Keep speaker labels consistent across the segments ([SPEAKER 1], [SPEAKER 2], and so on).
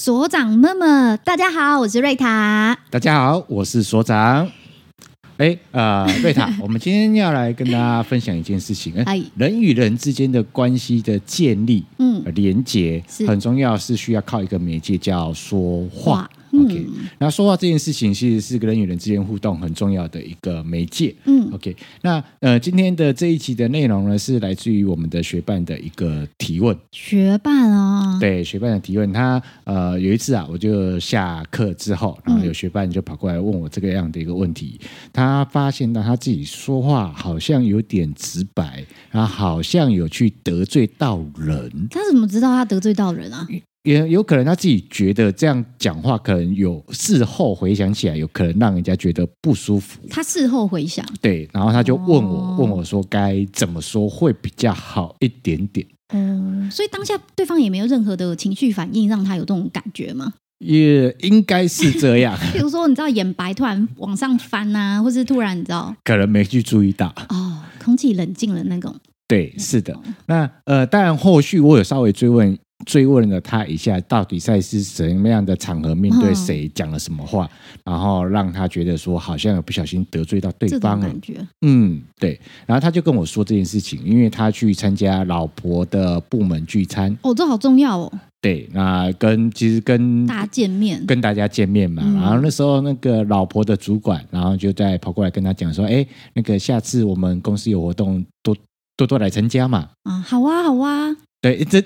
[SPEAKER 1] 所长们们，大家好，我是瑞塔。
[SPEAKER 2] 大家好，我是所长。哎，呃，瑞塔， 我们今天要来跟大家分享一件事情，
[SPEAKER 1] 哎
[SPEAKER 2] 哎，人与人之间的关系的建立、
[SPEAKER 1] 嗯
[SPEAKER 2] 呃连结
[SPEAKER 1] 是
[SPEAKER 2] 很重要，是需要靠一个媒介叫说话
[SPEAKER 1] 话。嗯
[SPEAKER 2] OK，那说话这件事情其实是人与人之间互动很重要的一个媒介。
[SPEAKER 1] 嗯
[SPEAKER 2] OK，那呃，今天的这一期的内容呢，是来自于我们的学办的一个提问。
[SPEAKER 1] 学伴哦，
[SPEAKER 2] 对学伴的提问，他呃有一次啊，我就下课之后，然后有学伴就跑过来问我这个样的一个问题，他发现到他自己说话好像有点直白，然后好像有去得罪到人，
[SPEAKER 1] 他怎么知道他得罪到人啊？
[SPEAKER 2] 也有可能他自己觉得这样讲话可能有事后回想起来，有可能让人家觉得不舒服。
[SPEAKER 1] 他事后回想，
[SPEAKER 2] 对，然后他就问我，
[SPEAKER 1] 哦
[SPEAKER 2] 问我说该怎么说会比较好一点点。
[SPEAKER 1] 哦，所以当下对方也没有任何的情绪反应，让他有这种感觉吗？
[SPEAKER 2] 也应该是这样，
[SPEAKER 1] 比如说，你知道眼白突然往上翻呐、啊，或是突然你知道
[SPEAKER 2] 可能没去注意到。
[SPEAKER 1] 哦，空气冷静了那种。
[SPEAKER 2] 对，
[SPEAKER 1] 嗯
[SPEAKER 2] 是的。那呃，当然后续我有稍微追问追问了他一下，到底在是什么样的场合面对
[SPEAKER 1] 嗯
[SPEAKER 2] 谁讲了什么话，然后让他觉得说好像有不小心得罪到对
[SPEAKER 1] 这种
[SPEAKER 2] 方了啊
[SPEAKER 1] 感。觉，
[SPEAKER 2] 嗯，对。然后他就跟我说这件事情，因为他去参加老婆的部门聚餐，
[SPEAKER 1] 哦，这好重要
[SPEAKER 2] 嗯
[SPEAKER 1] 哦，
[SPEAKER 2] 对，那跟其实跟
[SPEAKER 1] 大家见面，
[SPEAKER 2] 跟大家见面嘛，
[SPEAKER 1] 嗯
[SPEAKER 2] 然后那时候那个老婆的主管，然后就在跑过来跟他讲说，哎，那个下次我们公司有活动，多多多来参加嘛。
[SPEAKER 1] 啊，好啊，好啊，
[SPEAKER 2] 对，这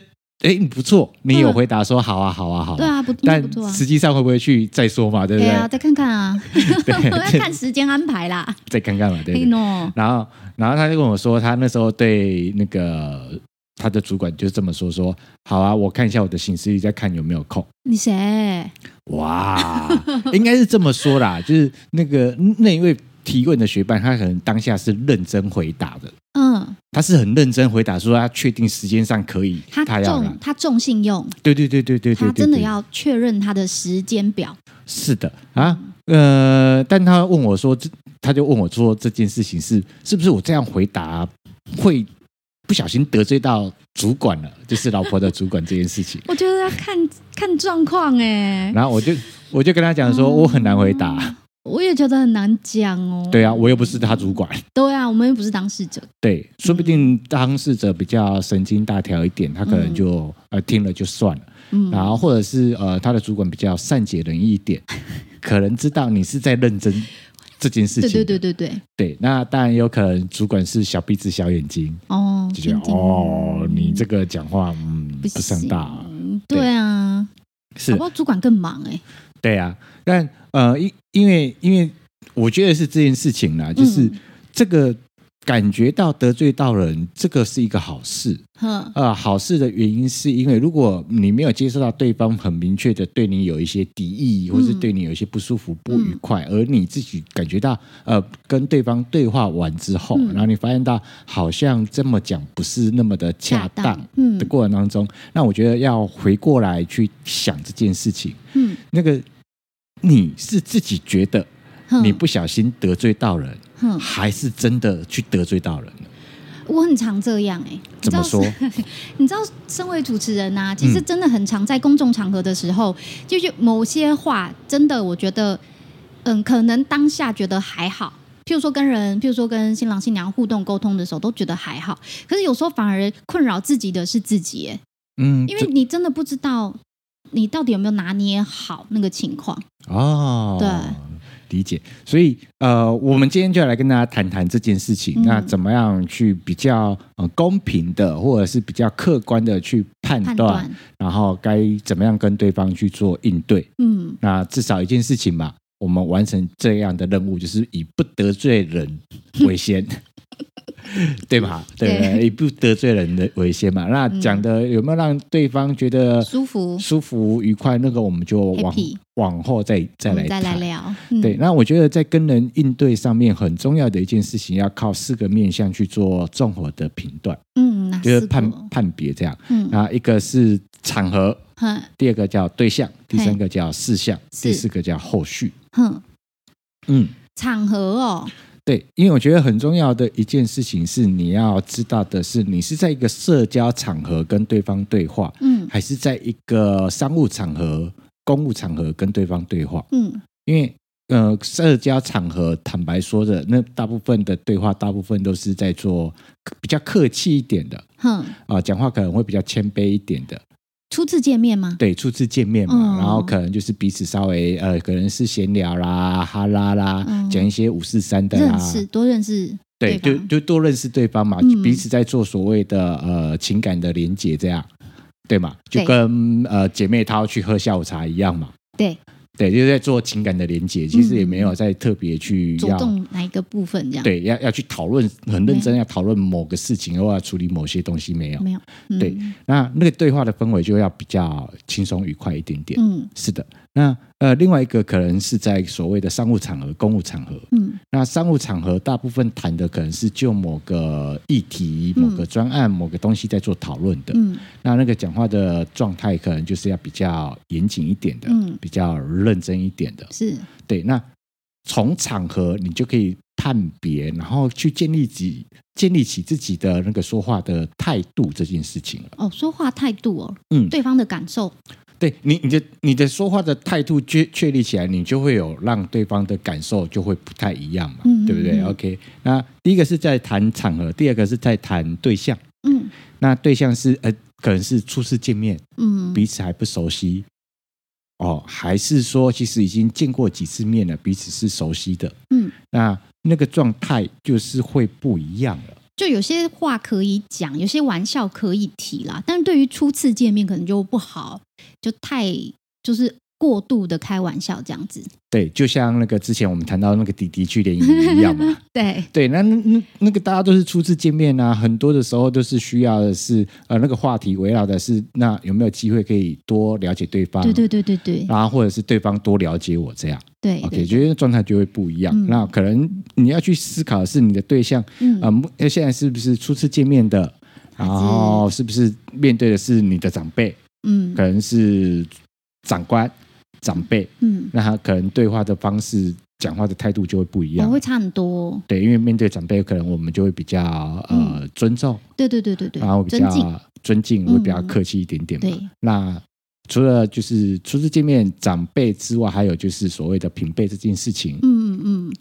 [SPEAKER 2] 哎你不错，你有
[SPEAKER 1] 嗯
[SPEAKER 2] 回答说好啊，好啊，好啊。
[SPEAKER 1] 对啊，不，那
[SPEAKER 2] 但
[SPEAKER 1] 不错啊，
[SPEAKER 2] 实际上会不会去再说嘛？对不
[SPEAKER 1] 对
[SPEAKER 2] 对？
[SPEAKER 1] 啊，再看看啊，
[SPEAKER 2] 对
[SPEAKER 1] 我 要看时间安排啦。哎
[SPEAKER 2] 再看看嘛，对
[SPEAKER 1] 嘿
[SPEAKER 2] 不对？
[SPEAKER 1] 喏，
[SPEAKER 2] 然后，然后他就跟我说，他那时候对那个他的主管就是这么说：说好啊，我看一下我的行事历，再看有没有空。
[SPEAKER 1] 你谁？
[SPEAKER 2] 哇，应该是这么说啦，就是那个那一位提问的学伴，他可能当下是认真回答的，
[SPEAKER 1] 嗯，
[SPEAKER 2] 他是很认真回答，说他确定时间上可以，
[SPEAKER 1] 他
[SPEAKER 2] 要来
[SPEAKER 1] 重，他重信用，
[SPEAKER 2] 对对对对对对对，
[SPEAKER 1] 他真的
[SPEAKER 2] 对
[SPEAKER 1] 要确认他的时间表。
[SPEAKER 2] 是的啊，呃，但他问我说，这他就问我说这件事情是是不是我这样回答会不小心得罪到主管了，就是老婆的主管这件事
[SPEAKER 1] ，
[SPEAKER 2] 情
[SPEAKER 1] 我觉得要看看状况哎，
[SPEAKER 2] 然后我就我就跟他讲说，我很难回答，
[SPEAKER 1] 我也觉得很难讲哦。
[SPEAKER 2] 对啊，我又不是他主管。
[SPEAKER 1] 对啊，我们又不是当事者。
[SPEAKER 2] 对，说不定当事者比较神经大条一点，他可能就、呃听了就算了，
[SPEAKER 1] 嗯，
[SPEAKER 2] 然后或者是呃他的主管比较善解人意一点，可能知道你是在认真这件事
[SPEAKER 1] 对
[SPEAKER 2] 情。
[SPEAKER 1] 对对对对，
[SPEAKER 2] 对那当然有可能主管是小鼻子小眼睛，
[SPEAKER 1] 哦，
[SPEAKER 2] 就觉得
[SPEAKER 1] 天津
[SPEAKER 2] 哦你这个讲话嗯
[SPEAKER 1] 不
[SPEAKER 2] 不上大啊，
[SPEAKER 1] 行对啊，
[SPEAKER 2] 是
[SPEAKER 1] 搞不好主管更忙哎。
[SPEAKER 2] 对啊，但呃，因因为因为我觉得是这件事情啦，就是
[SPEAKER 1] 嗯
[SPEAKER 2] 这个感觉到得罪到人，这个是一个好事。
[SPEAKER 1] 哼，
[SPEAKER 2] 呃，好事的原因是因为如果你没有接受到对方很明确的对你有一些敌意，或是对你有一些不舒服、不愉快，而你自己感觉到呃跟对方对话完之后，
[SPEAKER 1] 嗯
[SPEAKER 2] 然后你发现到好像这么讲不是那么的恰
[SPEAKER 1] 恰
[SPEAKER 2] 当
[SPEAKER 1] 当嗯
[SPEAKER 2] 的过程当中，那我觉得要回过来去想这件事情，
[SPEAKER 1] 嗯，
[SPEAKER 2] 那个你是自己觉得
[SPEAKER 1] 哼
[SPEAKER 2] 你不小心得罪到人，
[SPEAKER 1] 哼
[SPEAKER 2] 还是真的去得罪到人了？
[SPEAKER 1] 我很常这样哎、欸，你
[SPEAKER 2] 怎
[SPEAKER 1] 知道
[SPEAKER 2] 么 说？
[SPEAKER 1] 你知道，身为主持人
[SPEAKER 2] 嗯
[SPEAKER 1] 呐、其实真的很常在公众场合的时候，就是某些话，真的我觉得，嗯，可能当下觉得还好。譬如说跟人，譬如说跟新郎新娘互动沟通的时候，都觉得还好。可是有时候反而困扰自己的是自己、欸，
[SPEAKER 2] 嗯，
[SPEAKER 1] 因
[SPEAKER 2] 这
[SPEAKER 1] 为你真的不知道你到底有没有拿捏好那个情况。
[SPEAKER 2] 哦，
[SPEAKER 1] 对，
[SPEAKER 2] 理解。所以呃，我们今天就来跟大家谈谈这件事情。
[SPEAKER 1] 嗯
[SPEAKER 2] 那怎么样去比较呃公平的，或者是比较客观的去判
[SPEAKER 1] 判
[SPEAKER 2] 断，
[SPEAKER 1] 断
[SPEAKER 2] 然后该怎么样跟对方去做应对？
[SPEAKER 1] 嗯，
[SPEAKER 2] 那至少一件事情嘛，我们完成这样的任务，就是以不得罪人为先。 对吧？对不对，以不得罪人的为先嘛。那
[SPEAKER 1] 嗯
[SPEAKER 2] 讲的有没有让对方觉得
[SPEAKER 1] 舒服
[SPEAKER 2] 舒服、愉快？那个我们就往
[SPEAKER 1] Happy
[SPEAKER 2] 往后再再
[SPEAKER 1] 我
[SPEAKER 2] 来
[SPEAKER 1] 们再来
[SPEAKER 2] 谈。
[SPEAKER 1] 聊。嗯、
[SPEAKER 2] 对，，那我觉得在跟人应对上面很重要的一件事情，要靠四个面向去做综合的评断，
[SPEAKER 1] 嗯，哪四
[SPEAKER 2] 就是
[SPEAKER 1] 个？
[SPEAKER 2] 判判别这样。
[SPEAKER 1] 嗯，
[SPEAKER 2] 那一个是场合，
[SPEAKER 1] 哼
[SPEAKER 2] 第二个叫对象，第
[SPEAKER 1] 嘿
[SPEAKER 2] 三个叫事项，
[SPEAKER 1] 是
[SPEAKER 2] 第四个叫后续。
[SPEAKER 1] 哼，
[SPEAKER 2] 嗯，
[SPEAKER 1] 场合哦，
[SPEAKER 2] 对，因为我觉得很重要的一件事情是，你要知道的是，你是在一个社交场合跟对方对话，
[SPEAKER 1] 嗯
[SPEAKER 2] 还是在一个商务场合公务场合跟对方对话，
[SPEAKER 1] 嗯，
[SPEAKER 2] 因为呃，社交场合，坦白说的，那大部分的对话，大部分都是在做比较客气一点的
[SPEAKER 1] 哼，
[SPEAKER 2] 啊、讲话可能会比较谦卑一点的。
[SPEAKER 1] 初次见面吗？
[SPEAKER 2] 对，初次见面嘛，
[SPEAKER 1] 嗯
[SPEAKER 2] 然后可能就是彼此稍微呃，可能是闲聊啦、哈拉啦，
[SPEAKER 1] 嗯
[SPEAKER 2] 讲一些五四三的啦
[SPEAKER 1] 认，识多认识，
[SPEAKER 2] 对，
[SPEAKER 1] 对
[SPEAKER 2] 就
[SPEAKER 1] 吧
[SPEAKER 2] 就多认识对方嘛，
[SPEAKER 1] 嗯
[SPEAKER 2] 彼此在做所谓的呃情感的连接，这样对嘛？就
[SPEAKER 1] 对
[SPEAKER 2] 跟呃姐妹淘去喝下午茶一样嘛，
[SPEAKER 1] 对，
[SPEAKER 2] 对，就是在做情感的连接，其实也没
[SPEAKER 1] 嗯
[SPEAKER 2] 有在特别去
[SPEAKER 1] 着
[SPEAKER 2] 要。
[SPEAKER 1] 重哪一个部分这样？，
[SPEAKER 2] 对，要要去讨论，很认真要讨论某个事情，或要处理某些东西，没有。
[SPEAKER 1] 没有，嗯
[SPEAKER 2] 对，那那个对话的氛围就要比较轻松愉快一点点。
[SPEAKER 1] 嗯
[SPEAKER 2] 是的，那呃，另外一个可能是在所谓的商务场合、公务场合。
[SPEAKER 1] 嗯
[SPEAKER 2] 那商务场合大部分谈的可能是就某个议题、某个专案、某个东西在做讨论的。
[SPEAKER 1] 嗯
[SPEAKER 2] 那那个讲话的状态可能就是要比较严谨一点的，
[SPEAKER 1] 嗯
[SPEAKER 2] 比较认真一点的。
[SPEAKER 1] 是，
[SPEAKER 2] 对，那从场合你就可以判别，然后去建立起建立起自己的那个说话的态度这件事情了。
[SPEAKER 1] 哦，说话态度哦，
[SPEAKER 2] 嗯
[SPEAKER 1] 对方的感受，
[SPEAKER 2] 对你，你的你的说话的态度确确立起来，你就会有让对方的感受就会不太一样嘛，
[SPEAKER 1] 嗯
[SPEAKER 2] 对不对
[SPEAKER 1] 嗯嗯
[SPEAKER 2] ？OK，那第一个是在谈场合，第二个是在谈对象。
[SPEAKER 1] 嗯
[SPEAKER 2] 那对象是呃，可能是初次见面，
[SPEAKER 1] 嗯，
[SPEAKER 2] 彼此还不熟悉，哦，还是说其实已经见过几次面了，彼此是熟悉的，
[SPEAKER 1] 嗯，
[SPEAKER 2] 那那个状态就是会不一样了。
[SPEAKER 1] 就有些话可以讲，有些玩笑可以提啦，但是对于初次见面可能就不好，就太就是过度的开玩笑这样子。
[SPEAKER 2] 对，就像那个之前我们谈到那个弟弟去联谊一样 嘛，
[SPEAKER 1] 对，
[SPEAKER 2] 对，那那那那个大家都是初次见面啊，很多的时候都是需要的是呃那个话题围绕的是那有没有机会可以多了解对方，
[SPEAKER 1] 对对对对对
[SPEAKER 2] 然后或者是对方多了解我这样
[SPEAKER 1] 对
[SPEAKER 2] 啊，OK，
[SPEAKER 1] 对，
[SPEAKER 2] 觉得状态就会不一样。
[SPEAKER 1] 嗯
[SPEAKER 2] 那可能你要去思考的是你的对象
[SPEAKER 1] 嗯
[SPEAKER 2] 啊、目现在是不是初次见面的，
[SPEAKER 1] 还
[SPEAKER 2] 然
[SPEAKER 1] 是
[SPEAKER 2] 后是不是面对的是你的长辈，
[SPEAKER 1] 嗯
[SPEAKER 2] 可能是长官、长辈，
[SPEAKER 1] 嗯，
[SPEAKER 2] 那他可能对话的方式、讲话的态度就会不一
[SPEAKER 1] 我
[SPEAKER 2] 样。
[SPEAKER 1] 哦会差很多哦。
[SPEAKER 2] 对，因为面对长辈，可能我们就会比较呃尊重，
[SPEAKER 1] 对对对对嗯对
[SPEAKER 2] 然后，啊比
[SPEAKER 1] 尊敬，嗯
[SPEAKER 2] 较尊敬，会比较客气一点点嘛。
[SPEAKER 1] 对
[SPEAKER 2] 那除了就是初次见面长辈之外，还有就是所谓的平辈这件事情。
[SPEAKER 1] 嗯嗯嗯，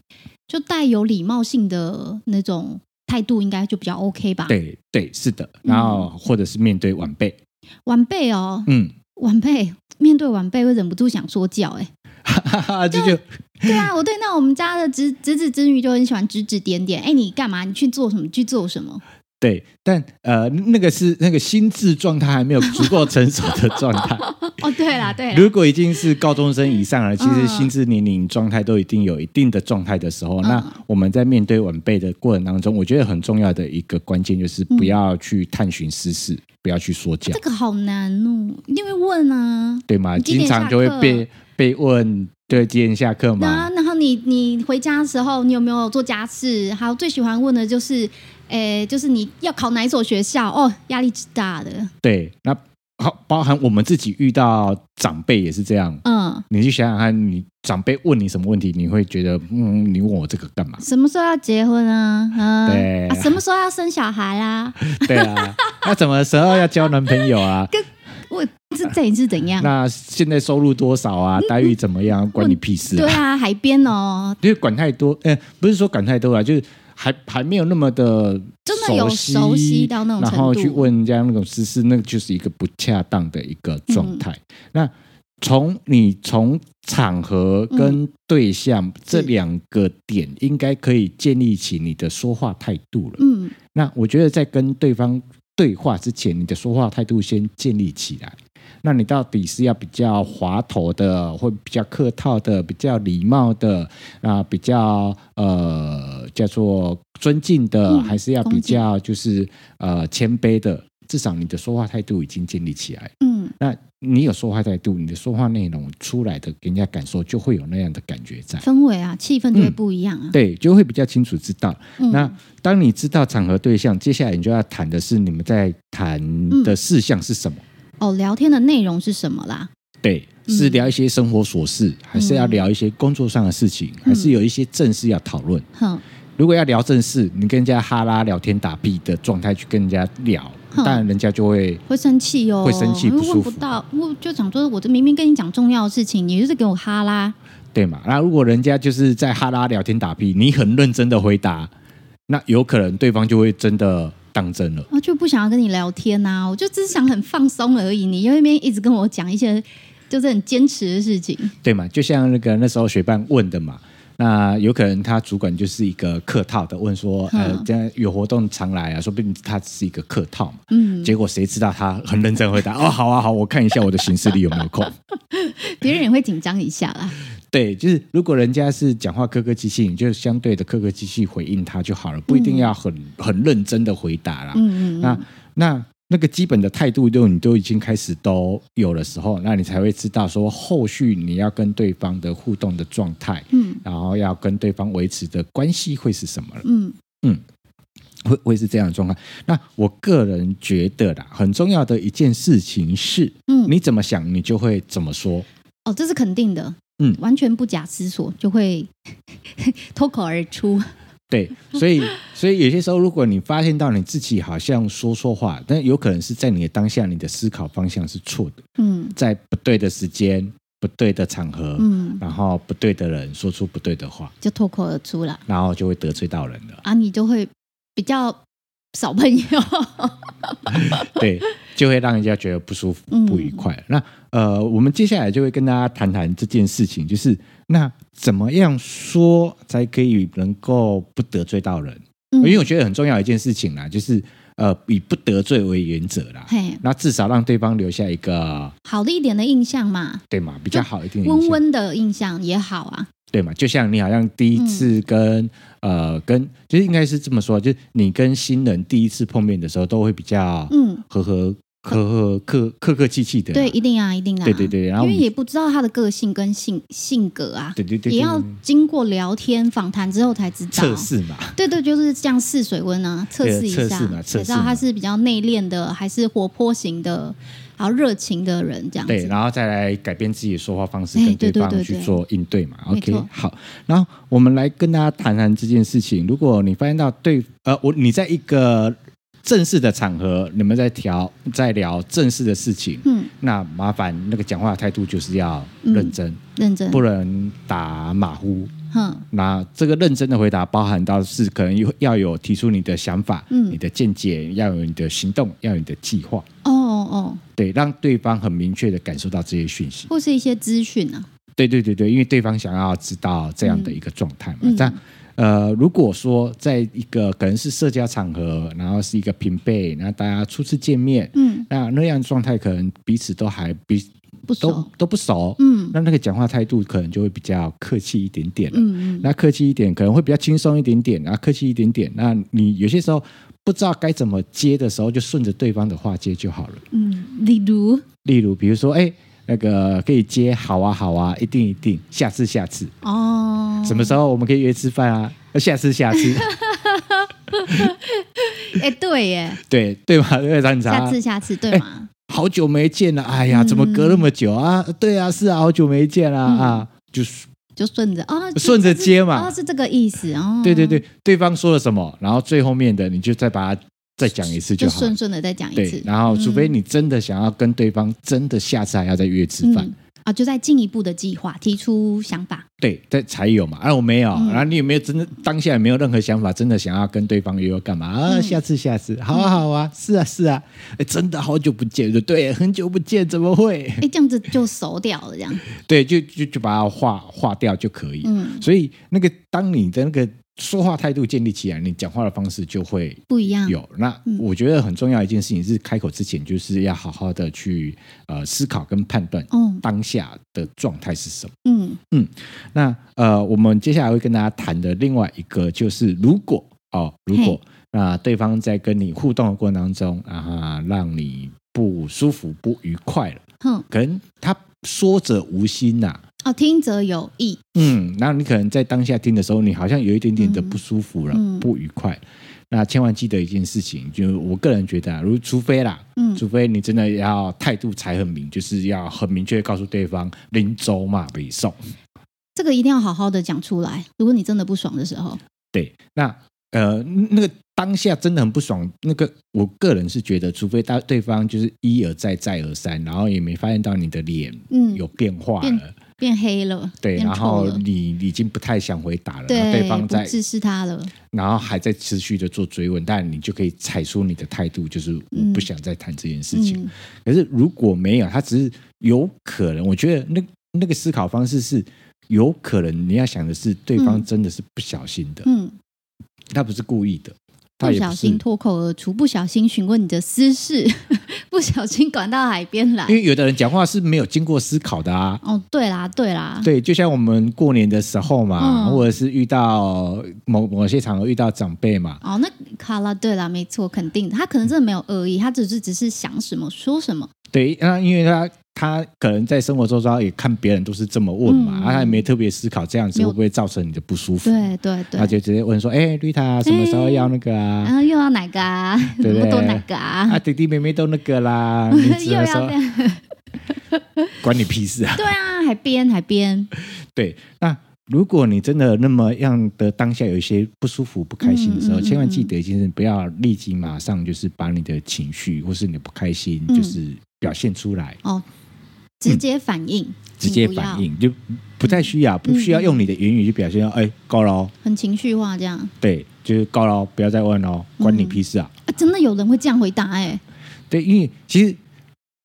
[SPEAKER 1] 就带有礼貌性的那种态度，应该就比较 OK 吧？，
[SPEAKER 2] 对对，是的。然后
[SPEAKER 1] 嗯
[SPEAKER 2] 或者是面对晚辈，
[SPEAKER 1] 晚辈哦，
[SPEAKER 2] 嗯，
[SPEAKER 1] 晚辈面对晚辈会忍不住想说教、欸，
[SPEAKER 2] 哈哈哈，这就
[SPEAKER 1] 对啊，我对那我们家的侄侄子侄女就很喜欢指指点点，哎，你干嘛？你去做什么？去做什 么？
[SPEAKER 2] 对。但呃，那个是那个心智状态还没有足 够成熟的状态。
[SPEAKER 1] 哦，对啦，对啦，
[SPEAKER 2] 如果已经是高中生以上了，其实
[SPEAKER 1] 嗯
[SPEAKER 2] 心智年龄状态都一定有一定的状态的时候，
[SPEAKER 1] 嗯
[SPEAKER 2] 那我们在面对晚辈的过程当中，我觉得很重要的一个关键就是
[SPEAKER 1] 嗯
[SPEAKER 2] 不要去探寻私事，不要去说教
[SPEAKER 1] 这，个好难哦，一定会问啊。
[SPEAKER 2] 对吗？
[SPEAKER 1] 你几点
[SPEAKER 2] 经常就会
[SPEAKER 1] 下课
[SPEAKER 2] 被被问，对，几点下课嘛？
[SPEAKER 1] 那然后你你回家的时候，你有没有做家事？还有最喜欢问的就是，哎，就是你要考哪一所学校？哦，压力之大的，
[SPEAKER 2] 对，那好，包含我们自己遇到长辈也是这样。
[SPEAKER 1] 嗯，
[SPEAKER 2] 你去想想看，你长辈问你什么问题，你会觉得，嗯，你问我这个干嘛？
[SPEAKER 1] 什么时候要结婚啊？啊，
[SPEAKER 2] 对
[SPEAKER 1] 啊，什么时候要生小孩 啦、
[SPEAKER 2] 对啊，那什么时候要交男朋友啊？
[SPEAKER 1] 我是这里是怎样？
[SPEAKER 2] 那现在收入多少啊？待遇怎么样？关你屁事
[SPEAKER 1] 对
[SPEAKER 2] 啊！
[SPEAKER 1] 啊，海边哦，
[SPEAKER 2] 因为管太多，呃，不是说管太多啊，就是还还没有那么的
[SPEAKER 1] 真的有
[SPEAKER 2] 悉，
[SPEAKER 1] 熟悉到那种程
[SPEAKER 2] 然
[SPEAKER 1] 度
[SPEAKER 2] 后去问人家那种私事，那个就是一个不恰当的一个状态。
[SPEAKER 1] 嗯
[SPEAKER 2] 那从你从场合跟
[SPEAKER 1] 嗯
[SPEAKER 2] 对象、这两个点，应该可以建立起你的说话态度了。
[SPEAKER 1] 嗯，
[SPEAKER 2] 那我觉得在跟对方对话之前，你的说话态度先建立起来。那你到底是要比较滑头的，或比较客套的，比较礼貌的，啊，比较呃叫做尊敬的，
[SPEAKER 1] 嗯
[SPEAKER 2] 还是要比较就是呃谦卑的？至少你的说话态度已经建立起来。
[SPEAKER 1] 嗯，
[SPEAKER 2] 那你有说话态度，你的说话内容出来的给人家感受就会有那样的感觉在，
[SPEAKER 1] 氛围啊，气氛就会不一样啊。
[SPEAKER 2] 嗯对，就会比较清楚知道。
[SPEAKER 1] 嗯
[SPEAKER 2] 那当你知道场合对象，接下来你就要谈的是你们在谈的事项是什么？
[SPEAKER 1] 哦，聊天的内容是什么啦？
[SPEAKER 2] 对，
[SPEAKER 1] 嗯
[SPEAKER 2] 是聊一些
[SPEAKER 1] 嗯
[SPEAKER 2] 生活琐事，还是要聊一些工作上的事情，还是有一些正事要讨论？
[SPEAKER 1] 哼，
[SPEAKER 2] 如果要聊正事，你跟人家哈拉聊天打屁的状态去跟人家聊，
[SPEAKER 1] 哼
[SPEAKER 2] 当然人家就会
[SPEAKER 1] 会生气哦，
[SPEAKER 2] 会生气
[SPEAKER 1] 因为
[SPEAKER 2] 不舒
[SPEAKER 1] 问不
[SPEAKER 2] 服
[SPEAKER 1] 到，我就想说，我这明明跟你讲重要的事情，你就是给我哈拉，
[SPEAKER 2] 对嘛。那如果人家就是在哈拉聊天打屁，你很认真的回答，那有可能对方就会真的当真了。
[SPEAKER 1] 然后就不想要跟你聊天呐、我就只是想很放松而已。你又那边一直跟我讲一些就是很坚持的事情，
[SPEAKER 2] 对嘛？就像那个那时候学伴问的嘛，那有可能他主管就是一个客套的问说，呃
[SPEAKER 1] 嗯，
[SPEAKER 2] 这样有活动常来啊，说不定他只是一个客套嘛。
[SPEAKER 1] 嗯，
[SPEAKER 2] 结果谁知道他很认真回答哦，好啊好，我看一下我的行事历有没有 空。
[SPEAKER 1] 别人也会紧张一下啦。
[SPEAKER 2] 对，就是如果人家是讲话客客气气，你就相对的客客气气回应他就好了，不一定要很很认真的回答啦。
[SPEAKER 1] 嗯嗯嗯
[SPEAKER 2] 那那那个基本的态度都你都已经开始都有的时候，那你才会知道说后续你要跟对方的互动的状态，
[SPEAKER 1] 嗯
[SPEAKER 2] 然后要跟对方维持的关系会是什么了，
[SPEAKER 1] 嗯
[SPEAKER 2] 会会是这样的状况。那我个人觉得啦，很重要的一件事情是，
[SPEAKER 1] 嗯，
[SPEAKER 2] 你怎么想，你就会怎么说。
[SPEAKER 1] 哦，这是肯定的，
[SPEAKER 2] 嗯
[SPEAKER 1] 完全不假思索就会 脱口而出。
[SPEAKER 2] 对，所以所以有些时候，如果你发现到你自己好像说错话，但有可能是在你的当下，你的思考方向是错的，
[SPEAKER 1] 嗯
[SPEAKER 2] 在不对的时间、不对的场合，
[SPEAKER 1] 嗯，
[SPEAKER 2] 然后不对的人说出不对的话，
[SPEAKER 1] 就脱口而出了
[SPEAKER 2] 然后就会得罪到人了。
[SPEAKER 1] 啊，你就会比较少朋友。
[SPEAKER 2] 对，就会让人家觉得不舒服
[SPEAKER 1] 嗯、
[SPEAKER 2] 不愉快。那呃，我们接下来就会跟大家谈谈这件事情，就是那怎么样说才可以能够不得罪到人？
[SPEAKER 1] 嗯
[SPEAKER 2] 因为我觉得很重要的一件事情啦，就是呃，以不得罪为原则啦。
[SPEAKER 1] 嘿，
[SPEAKER 2] 那至少让对方留下一个
[SPEAKER 1] 好的一点的印象嘛，
[SPEAKER 2] 对嘛比较好一点的印
[SPEAKER 1] 温
[SPEAKER 2] 象，
[SPEAKER 1] 温的印象也好啊。
[SPEAKER 2] 对嘛？就像你好像第一次跟、
[SPEAKER 1] 嗯
[SPEAKER 2] 呃跟就是应该是这么说，就是你跟新人第一次碰面的时候，都会比较
[SPEAKER 1] 嗯，
[SPEAKER 2] 和和和和客客客气气的啦，
[SPEAKER 1] 对，一定啊，一定啊。
[SPEAKER 2] 对对对，然后
[SPEAKER 1] 因为
[SPEAKER 2] 我们
[SPEAKER 1] 也不知道他的个性跟性性格啊，
[SPEAKER 2] 对对对对
[SPEAKER 1] 也要
[SPEAKER 2] 对
[SPEAKER 1] 经过聊天访谈之后才知道。
[SPEAKER 2] 测试嘛，
[SPEAKER 1] 对对，就是这样试水温啊，测试一
[SPEAKER 2] 测
[SPEAKER 1] 下，
[SPEAKER 2] 试嘛测试
[SPEAKER 1] 才知道他
[SPEAKER 2] 嘛
[SPEAKER 1] 是比较内敛的，还是活泼型的，然后热情的人这样子。
[SPEAKER 2] 对，然后再来改变自己的说话方式，
[SPEAKER 1] 哎
[SPEAKER 2] 跟
[SPEAKER 1] 对对
[SPEAKER 2] 方
[SPEAKER 1] 对
[SPEAKER 2] 去
[SPEAKER 1] 对
[SPEAKER 2] 做应对嘛。
[SPEAKER 1] 没
[SPEAKER 2] OK，
[SPEAKER 1] 错
[SPEAKER 2] 好，然后我们来跟大家谈谈这件事情。如果你发现到对，呃，我你在一个正式的场合，你们在调在聊正式的事情，
[SPEAKER 1] 嗯，
[SPEAKER 2] 那麻烦那个讲话的态度就是要认真，
[SPEAKER 1] 认真，
[SPEAKER 2] 不能打马虎。
[SPEAKER 1] 哼，
[SPEAKER 2] 那这个认真的回答包含到是可能有要有提出你的想法，
[SPEAKER 1] 嗯
[SPEAKER 2] 你的见解，要有你的行动，要有你的计划。
[SPEAKER 1] 哦哦，
[SPEAKER 2] 对，让对方很明确的感受到这些讯息。
[SPEAKER 1] 或是一些资讯啊，
[SPEAKER 2] 对对对对，因为对方想要知道这样的一个状态嘛。
[SPEAKER 1] 嗯嗯
[SPEAKER 2] 这样，呃，如果说在一个可能是社交场合，然后是一个平辈，然后大家初次见面，
[SPEAKER 1] 嗯，
[SPEAKER 2] 那那样状态可能彼此都还彼
[SPEAKER 1] 不
[SPEAKER 2] 都
[SPEAKER 1] 熟，
[SPEAKER 2] 都不熟，
[SPEAKER 1] 嗯
[SPEAKER 2] 那那个讲话态度可能就会比较客气一点点。
[SPEAKER 1] 嗯嗯，
[SPEAKER 2] 那客气一点可能会比较轻松一点点，然后客气一点点。那你有些时候不知道该怎么接的时候，就顺着对方的话接就好了。
[SPEAKER 1] 嗯，例如
[SPEAKER 2] 例如，比如说，哎、那个可以接好啊，好啊，一定一定，下次下次，
[SPEAKER 1] 哦，
[SPEAKER 2] 什么时候我们可以约吃饭啊？呃下次 下次，
[SPEAKER 1] 哎，对耶，
[SPEAKER 2] 对对吧？对吧？
[SPEAKER 1] 下
[SPEAKER 2] 查
[SPEAKER 1] 次嗯下次对吗？
[SPEAKER 2] 好久没见了，哎呀，怎么隔那么久啊？对啊，是啊，好久没见啦、
[SPEAKER 1] 嗯
[SPEAKER 2] 啊，就是
[SPEAKER 1] 就顺着哦，就
[SPEAKER 2] 顺着接嘛
[SPEAKER 1] 哦，是这个意思哦。
[SPEAKER 2] 对对，对，对方说了什么，然后最后面的你就再把它再讲一次
[SPEAKER 1] 就
[SPEAKER 2] 好了
[SPEAKER 1] 顺。顺的再讲一
[SPEAKER 2] 对
[SPEAKER 1] 次，，嗯
[SPEAKER 2] 然后除非你真的想要跟对方真的下次还要再约吃饭，
[SPEAKER 1] 嗯啊，就再进一步的计划，提出想法。
[SPEAKER 2] 对，这才有嘛。啊，我没有，
[SPEAKER 1] 嗯
[SPEAKER 2] 然后你有没有真的当下有没有任何想法，真的想要跟对方约会干嘛啊？
[SPEAKER 1] 嗯
[SPEAKER 2] 下次，下次，好啊，好啊，是啊，是啊，哎真的好久不见，对对，很久不见，怎么会？
[SPEAKER 1] 哎，这样子就熟掉了，这样。
[SPEAKER 2] 对，就就就把它划划掉就可以。
[SPEAKER 1] 嗯，
[SPEAKER 2] 所以那个当你的那个说话态度建立起来，你讲话的方式就会
[SPEAKER 1] 不一样。
[SPEAKER 2] 有。那
[SPEAKER 1] 嗯
[SPEAKER 2] 我觉得很重要一件事情是，开口之前就是要好好的去呃思考跟判断
[SPEAKER 1] 哦，
[SPEAKER 2] 当下的状态是什么。
[SPEAKER 1] 嗯
[SPEAKER 2] 那呃，我们接下来会跟大家谈的另外一个就是，如果哦，如果
[SPEAKER 1] 嘿
[SPEAKER 2] 那对方在跟你互动的过程当中啊，让你不舒服、不愉快了，
[SPEAKER 1] 哼，
[SPEAKER 2] 可能他说者无心呐、
[SPEAKER 1] 哦，听者有意。
[SPEAKER 2] 嗯，那你可能在当下听的时候，你好像有一点点的不舒服了，
[SPEAKER 1] 嗯嗯
[SPEAKER 2] 不愉快。那千万记得一件事情，就我个人觉得、啊，如除非啦，
[SPEAKER 1] 嗯
[SPEAKER 2] 除非你真的要态度才很明，就是要很明确地告诉对方，临走嘛，北送。
[SPEAKER 1] 这个一定要好好的讲出来。如果你真的不爽的时候，
[SPEAKER 2] 对，那呃，那个当下真的很不爽。那个我个人是觉得，除非他对方就是一而再再而三，然后也没发现到你的脸
[SPEAKER 1] 嗯，
[SPEAKER 2] 有变化了，
[SPEAKER 1] 变变黑了，
[SPEAKER 2] 对，
[SPEAKER 1] 变
[SPEAKER 2] 然
[SPEAKER 1] 臭
[SPEAKER 2] 后
[SPEAKER 1] 了，
[SPEAKER 2] 你已经不太想回答了，然后
[SPEAKER 1] 对，
[SPEAKER 2] 对方
[SPEAKER 1] 不
[SPEAKER 2] 在，
[SPEAKER 1] 支持他了，
[SPEAKER 2] 然后还在持续的做追问，但你就可以踩出你的态度，就是我不想再谈这件事情。
[SPEAKER 1] 嗯
[SPEAKER 2] 可是如果没有，他只是有可能，我觉得那那个思考方式是有可能，你要想的是对方
[SPEAKER 1] 嗯
[SPEAKER 2] 真的是不小心的，
[SPEAKER 1] 嗯，
[SPEAKER 2] 他不是故意的，他
[SPEAKER 1] 不
[SPEAKER 2] 也不
[SPEAKER 1] 小
[SPEAKER 2] 是
[SPEAKER 1] 心，脱口而出，不小心询问你的私事， 不小心管到海边来
[SPEAKER 2] 因。为有的人讲话是没有经过思考的啊。
[SPEAKER 1] 哦，对啦，对啦，
[SPEAKER 2] 对，就像我们过年的时候嘛，
[SPEAKER 1] 嗯
[SPEAKER 2] 或者是遇到某某些场合遇到长辈嘛，
[SPEAKER 1] 哦，那卡拉对啦，没错，肯定他可能真的没有恶意，他只是只是想什么说什么。
[SPEAKER 2] 对，那因为他他可能在生活周遭也看别人都是这么问嘛，
[SPEAKER 1] 嗯
[SPEAKER 2] 啊他也没特别思考这样子
[SPEAKER 1] 没
[SPEAKER 2] 会
[SPEAKER 1] 有
[SPEAKER 2] 不会造成你的不舒服，
[SPEAKER 1] 对对对
[SPEAKER 2] 他，就直接问说：“哎、绿塔什么时候要那个啊？”
[SPEAKER 1] 然后又要哪个啊？
[SPEAKER 2] 对不对
[SPEAKER 1] 不懂哪个啊？
[SPEAKER 2] 啊，弟弟妹妹都那个啦，你只
[SPEAKER 1] 又要
[SPEAKER 2] 能说
[SPEAKER 1] 这样？
[SPEAKER 2] 关你屁事啊！
[SPEAKER 1] 对啊，海边海边，
[SPEAKER 2] 对，那如果你真的那么样的当下有一些不舒服、不开心的时
[SPEAKER 1] 嗯
[SPEAKER 2] 候，
[SPEAKER 1] 嗯嗯
[SPEAKER 2] 千万记得一件事，不要立即马上就是把你的情绪或是你的不开心
[SPEAKER 1] 嗯
[SPEAKER 2] 就是表现出来，
[SPEAKER 1] 哦直接反应，
[SPEAKER 2] 嗯直接
[SPEAKER 1] 请嗯不要嗯
[SPEAKER 2] 反，应就不太需要，不需要用你的言语去表现说，哎，够了哦，
[SPEAKER 1] 很情绪化这样。
[SPEAKER 2] 对，就是够了哦，不要再问哦，关你屁事啊！
[SPEAKER 1] 啊真的有人会这样回答哎、
[SPEAKER 2] 对，因为其实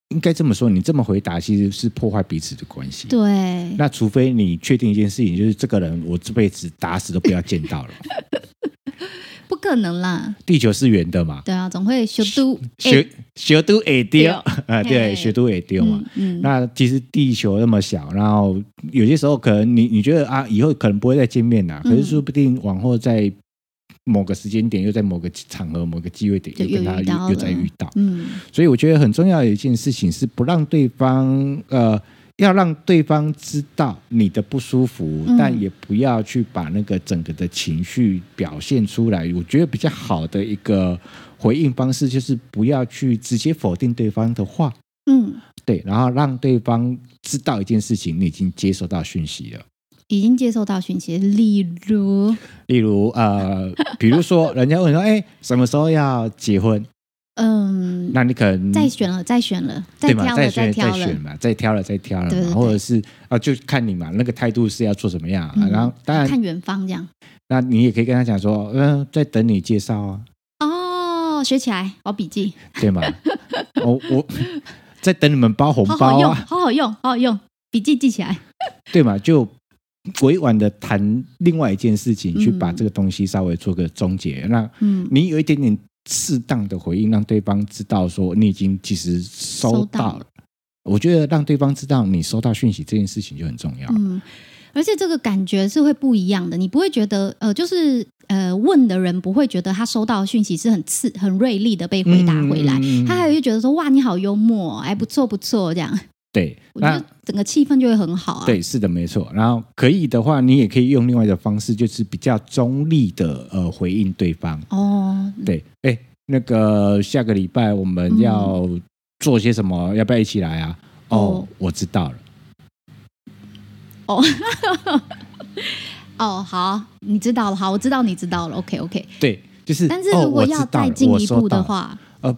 [SPEAKER 2] 应该这么说，你这么回答其实是破坏彼此的关系。
[SPEAKER 1] 对，
[SPEAKER 2] 那除非你确定一件事情，就是这个人我这辈子打死都不要见到 了。
[SPEAKER 1] 不可能啦，
[SPEAKER 2] 地球是圆的嘛，
[SPEAKER 1] 对啊，总会修都欸
[SPEAKER 2] 学学都会丢 啊，对，
[SPEAKER 1] 哎嘿
[SPEAKER 2] 学都会丢嘛
[SPEAKER 1] 嗯。嗯，
[SPEAKER 2] 那其实地球那么小，然后有些时候可能你你觉得啊，以后可能不会再见面啦，
[SPEAKER 1] 嗯
[SPEAKER 2] 可是说不定往后在某个时间点，又在某个场合、某个机会点，
[SPEAKER 1] 就
[SPEAKER 2] 又跟
[SPEAKER 1] 又
[SPEAKER 2] 他
[SPEAKER 1] 遇到
[SPEAKER 2] 又又再
[SPEAKER 1] 了
[SPEAKER 2] 遇到。
[SPEAKER 1] 嗯
[SPEAKER 2] 所以我觉得很重要的一件事情是不让对方呃，要让对方知道你的不舒服，
[SPEAKER 1] 嗯
[SPEAKER 2] 但也不要去把那个整个的情绪表现出来。我觉得比较好的一个回应方式就是不要去直接否定对方的话，
[SPEAKER 1] 嗯，
[SPEAKER 2] 对，然后让对方知道一件事情，你已经接收到讯息了。
[SPEAKER 1] 已经接受到讯息，例如
[SPEAKER 2] 例如，呃，比如说，人家问说，哎、什么时候要结婚？
[SPEAKER 1] 嗯，
[SPEAKER 2] 那你可能
[SPEAKER 1] 再选了，再选了，再
[SPEAKER 2] 对
[SPEAKER 1] 挑
[SPEAKER 2] 嘛，
[SPEAKER 1] 了，
[SPEAKER 2] 再
[SPEAKER 1] 再
[SPEAKER 2] 选
[SPEAKER 1] 挑了，
[SPEAKER 2] 选嘛，再挑了再挑了嘛，
[SPEAKER 1] 对对对
[SPEAKER 2] 或者是啊，就看你嘛，那个态度是要做什么样、啊
[SPEAKER 1] 嗯
[SPEAKER 2] 然后当然，
[SPEAKER 1] 看远方这样。
[SPEAKER 2] 那你也可以跟他讲说，嗯、在等你介绍啊，
[SPEAKER 1] 哦，学起来，我笔记，
[SPEAKER 2] 对 吗？我我在等你们包红
[SPEAKER 1] 好好
[SPEAKER 2] 包
[SPEAKER 1] 用，
[SPEAKER 2] 啊，
[SPEAKER 1] 好好用，好好用，笔记记起来。
[SPEAKER 2] 对嘛？就委婉的谈另外一件事情，
[SPEAKER 1] 嗯
[SPEAKER 2] 去把这个东西稍微做个终结。那
[SPEAKER 1] 嗯，
[SPEAKER 2] 你有一点点适当的回应，让对方知道说你已经其实收
[SPEAKER 1] 收
[SPEAKER 2] 到
[SPEAKER 1] 到
[SPEAKER 2] 了。我觉得让对方知道你收到讯息这件事情就很重要。
[SPEAKER 1] 嗯，而且这个感觉是会不一样的，你不会觉得呃，就是呃，问的人不会觉得他收到的讯息是很刺、很锐利的被回答回来，
[SPEAKER 2] 嗯嗯嗯嗯
[SPEAKER 1] 他还会觉得说哇，你好幽默哦，哎，不错不错，这样，
[SPEAKER 2] 对，
[SPEAKER 1] 我觉得
[SPEAKER 2] 那
[SPEAKER 1] 啊整个气氛就会很好啊。，
[SPEAKER 2] 对是的，没错。然后可以的话，你也可以用另外的方式，就是比较中立的呃回应对方。
[SPEAKER 1] 哦，
[SPEAKER 2] 对，哎，那个下个礼拜我们
[SPEAKER 1] 嗯
[SPEAKER 2] 要做些什么？要不要一起来啊？哦
[SPEAKER 1] 哦，
[SPEAKER 2] 我知道了。
[SPEAKER 1] 哦，好，你知道了，好，我知道你知道了，OK OK。
[SPEAKER 2] 对，就是。
[SPEAKER 1] 但是
[SPEAKER 2] 哦
[SPEAKER 1] 如果
[SPEAKER 2] 我知
[SPEAKER 1] 要
[SPEAKER 2] 道
[SPEAKER 1] 再
[SPEAKER 2] 了
[SPEAKER 1] 进
[SPEAKER 2] 我
[SPEAKER 1] 一
[SPEAKER 2] 收
[SPEAKER 1] 步
[SPEAKER 2] 到
[SPEAKER 1] 的
[SPEAKER 2] 了
[SPEAKER 1] 话，
[SPEAKER 2] 呃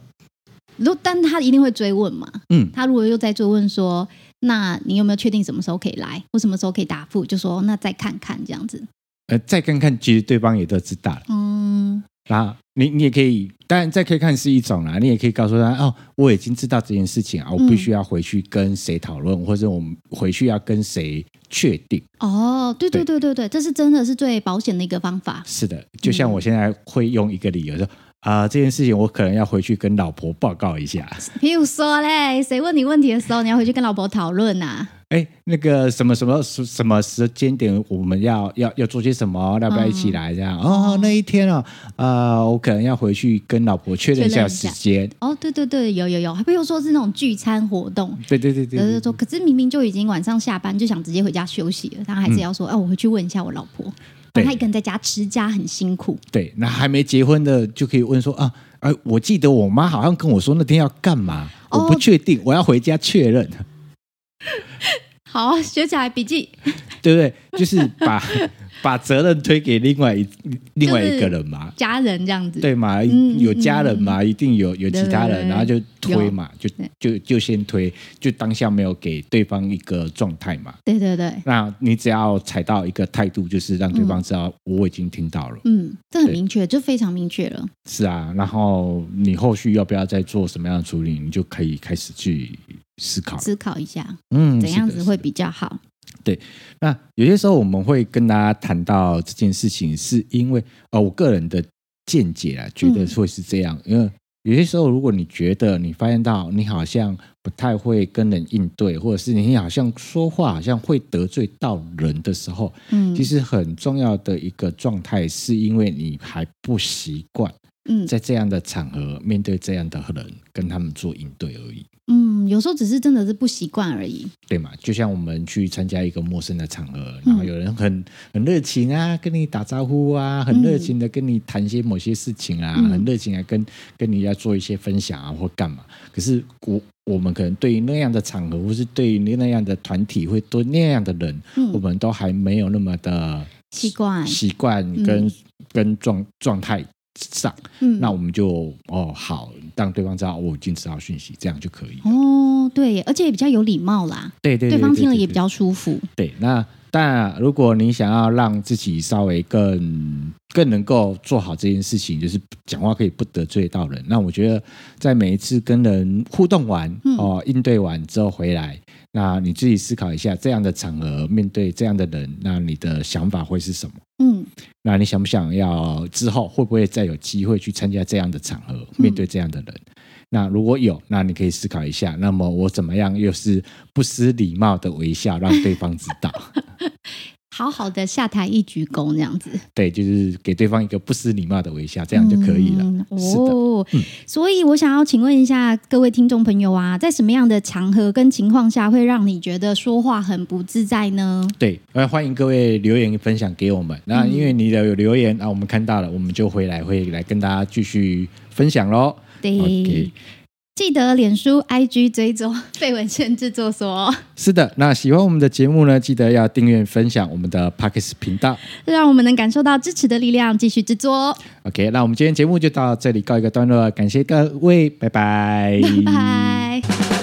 [SPEAKER 1] 如但他一定会追问嘛，
[SPEAKER 2] 嗯，
[SPEAKER 1] 他如果又在追问说，那你有没有确定什么时候可以来，或什么时候可以答复，就说那再看看这样子。
[SPEAKER 2] 呃，再看看，其实对方也都知道了。
[SPEAKER 1] 嗯，
[SPEAKER 2] 啊，你你也可以，当然再可以看是一种啦，你也可以告诉他哦，我已经知道这件事情啊，我
[SPEAKER 1] 嗯
[SPEAKER 2] 必须要回去跟谁讨论，或者我们回去要跟谁确定。
[SPEAKER 1] 哦，对对对对对，这是真的是最保险的一个方法。
[SPEAKER 2] 是的，就像我现在会用一个理由说啊、这件事情我可能要回去跟老婆报告一 下。
[SPEAKER 1] 比如说嘞，谁问你问题的时候，你要回去跟老婆讨论啊呐、
[SPEAKER 2] 哎，那个什么什么什什么时间点我们要要要做些什么，要不要一起来这样？哦，那一天啊、呃，我可能要回去跟老婆确认一
[SPEAKER 1] 确
[SPEAKER 2] 下
[SPEAKER 1] 认一
[SPEAKER 2] 时
[SPEAKER 1] 下
[SPEAKER 2] 间。
[SPEAKER 1] 哦，对对对，有有有，还比如说是那种聚餐活动。
[SPEAKER 2] 对对对对
[SPEAKER 1] 就是
[SPEAKER 2] 对
[SPEAKER 1] 说，可是明明就已经晚上下班，就想直接回家休息了，他还是要说：“哎、我回去问一下我老婆，不
[SPEAKER 2] 对
[SPEAKER 1] 然她一个人在家持家很辛苦。
[SPEAKER 2] 对，那还没结婚的就可以问说啊，哎，我记得我妈好像跟我说那天要干嘛，
[SPEAKER 1] 哦
[SPEAKER 2] 我不确定，我要回家确 认，”
[SPEAKER 1] 好，学起来笔记。
[SPEAKER 2] 对不对？就是把把责任推给另外一另外一个人嘛，
[SPEAKER 1] 家人这样子。
[SPEAKER 2] 对嘛？
[SPEAKER 1] 嗯
[SPEAKER 2] 有家人嘛，一定有有其他
[SPEAKER 1] 对对
[SPEAKER 2] 人，
[SPEAKER 1] 对
[SPEAKER 2] 然后就推嘛，就
[SPEAKER 1] 对
[SPEAKER 2] 就就先推，就当下没有给对方一个状态嘛。
[SPEAKER 1] 对对对，
[SPEAKER 2] 那你只要踩到一个态度，就是让对方知道我已经听到了，
[SPEAKER 1] 嗯，这很
[SPEAKER 2] 对
[SPEAKER 1] 明确，就非常明确了。
[SPEAKER 2] 是啊。然后你后续要不要再做什么样的处理，你就可以开始去思考。
[SPEAKER 1] 思考一下
[SPEAKER 2] 嗯，
[SPEAKER 1] 怎样
[SPEAKER 2] 是的
[SPEAKER 1] 子会比较好。
[SPEAKER 2] 那有些时候我们会跟大家谈到这件事情，是因为呃，我个人的见解
[SPEAKER 1] 嗯
[SPEAKER 2] 啊，觉得会是这样，因为有些时候如果你觉得你发现到你好像不太会跟人应对，或者是你好像说话好像会得罪到人的时候，
[SPEAKER 1] 嗯，
[SPEAKER 2] 其实很重要的一个状态，是因为你还不习惯
[SPEAKER 1] 嗯
[SPEAKER 2] 在这样的场合面对这样的人，跟他们做应对而已。
[SPEAKER 1] 嗯，有时候只是真的是不习惯而已。
[SPEAKER 2] 对嘛？就像我们去参加一个陌生的场合，然后
[SPEAKER 1] 嗯
[SPEAKER 2] 有人很很热情啊，跟你打招呼啊，很热情的跟你谈一些某些事情啊，
[SPEAKER 1] 嗯
[SPEAKER 2] 很热情的跟跟你要做一些分享啊或干嘛。可是我我们可能对于那样的场合，或是对于那样的团体，会对那样的人，我
[SPEAKER 1] 嗯，
[SPEAKER 2] 们都还没有那么的
[SPEAKER 1] 习惯。
[SPEAKER 2] 习惯跟、跟状状态上，
[SPEAKER 1] 嗯，
[SPEAKER 2] 那我们就哦好，让对方知道哦我已经知道讯息，这样就可以了。
[SPEAKER 1] 哦，对耶，而且也比较有礼貌啦，
[SPEAKER 2] 对对
[SPEAKER 1] 对方听了
[SPEAKER 2] 对
[SPEAKER 1] 也
[SPEAKER 2] 对
[SPEAKER 1] 比较舒服。
[SPEAKER 2] 对，那当然啊，如果你想要让自己稍微更更能够做好这件事情，就是讲话可以不得罪到人。那我觉得，在每一次跟人互动完、
[SPEAKER 1] 嗯
[SPEAKER 2] 哦，应对完之后回来，那你自己思考一下，这样的场合面对这样的人，那你的想法会是什么？
[SPEAKER 1] 嗯
[SPEAKER 2] 那你想不想要之后会不会再有机会去参加这样的场合，面对这样的人？那如果有，那你可以思考一下，那么我怎么样又是不失礼貌的微笑让对方知道？
[SPEAKER 1] 好好的下台一鞠躬这样子，
[SPEAKER 2] 对，就是给对方一个不失礼貌的微笑，这样就可以了。
[SPEAKER 1] 嗯
[SPEAKER 2] 是的
[SPEAKER 1] 哦，所以我想要请问一下各位听众朋友啊，在什么样的场合跟情况下会让你觉得说话很不自在呢？
[SPEAKER 2] 对，呃，欢迎各位留言分享给我们。
[SPEAKER 1] 嗯
[SPEAKER 2] 那因为你的有留言啊，我们看到了，我们就回来会来跟大家继续分享喽。
[SPEAKER 1] 对
[SPEAKER 2] OK
[SPEAKER 1] 记得脸书、IG 追踪费文献制作所哦，
[SPEAKER 2] 是的，那喜欢我们的节目呢，记得要订阅分享我们的 Pockets 频道。
[SPEAKER 1] 让我们能感受到支持的力量，继续制作哦。
[SPEAKER 2] OK，那我们今天节目就到这里告一个段落，感谢各位，拜拜，
[SPEAKER 1] 拜。拜。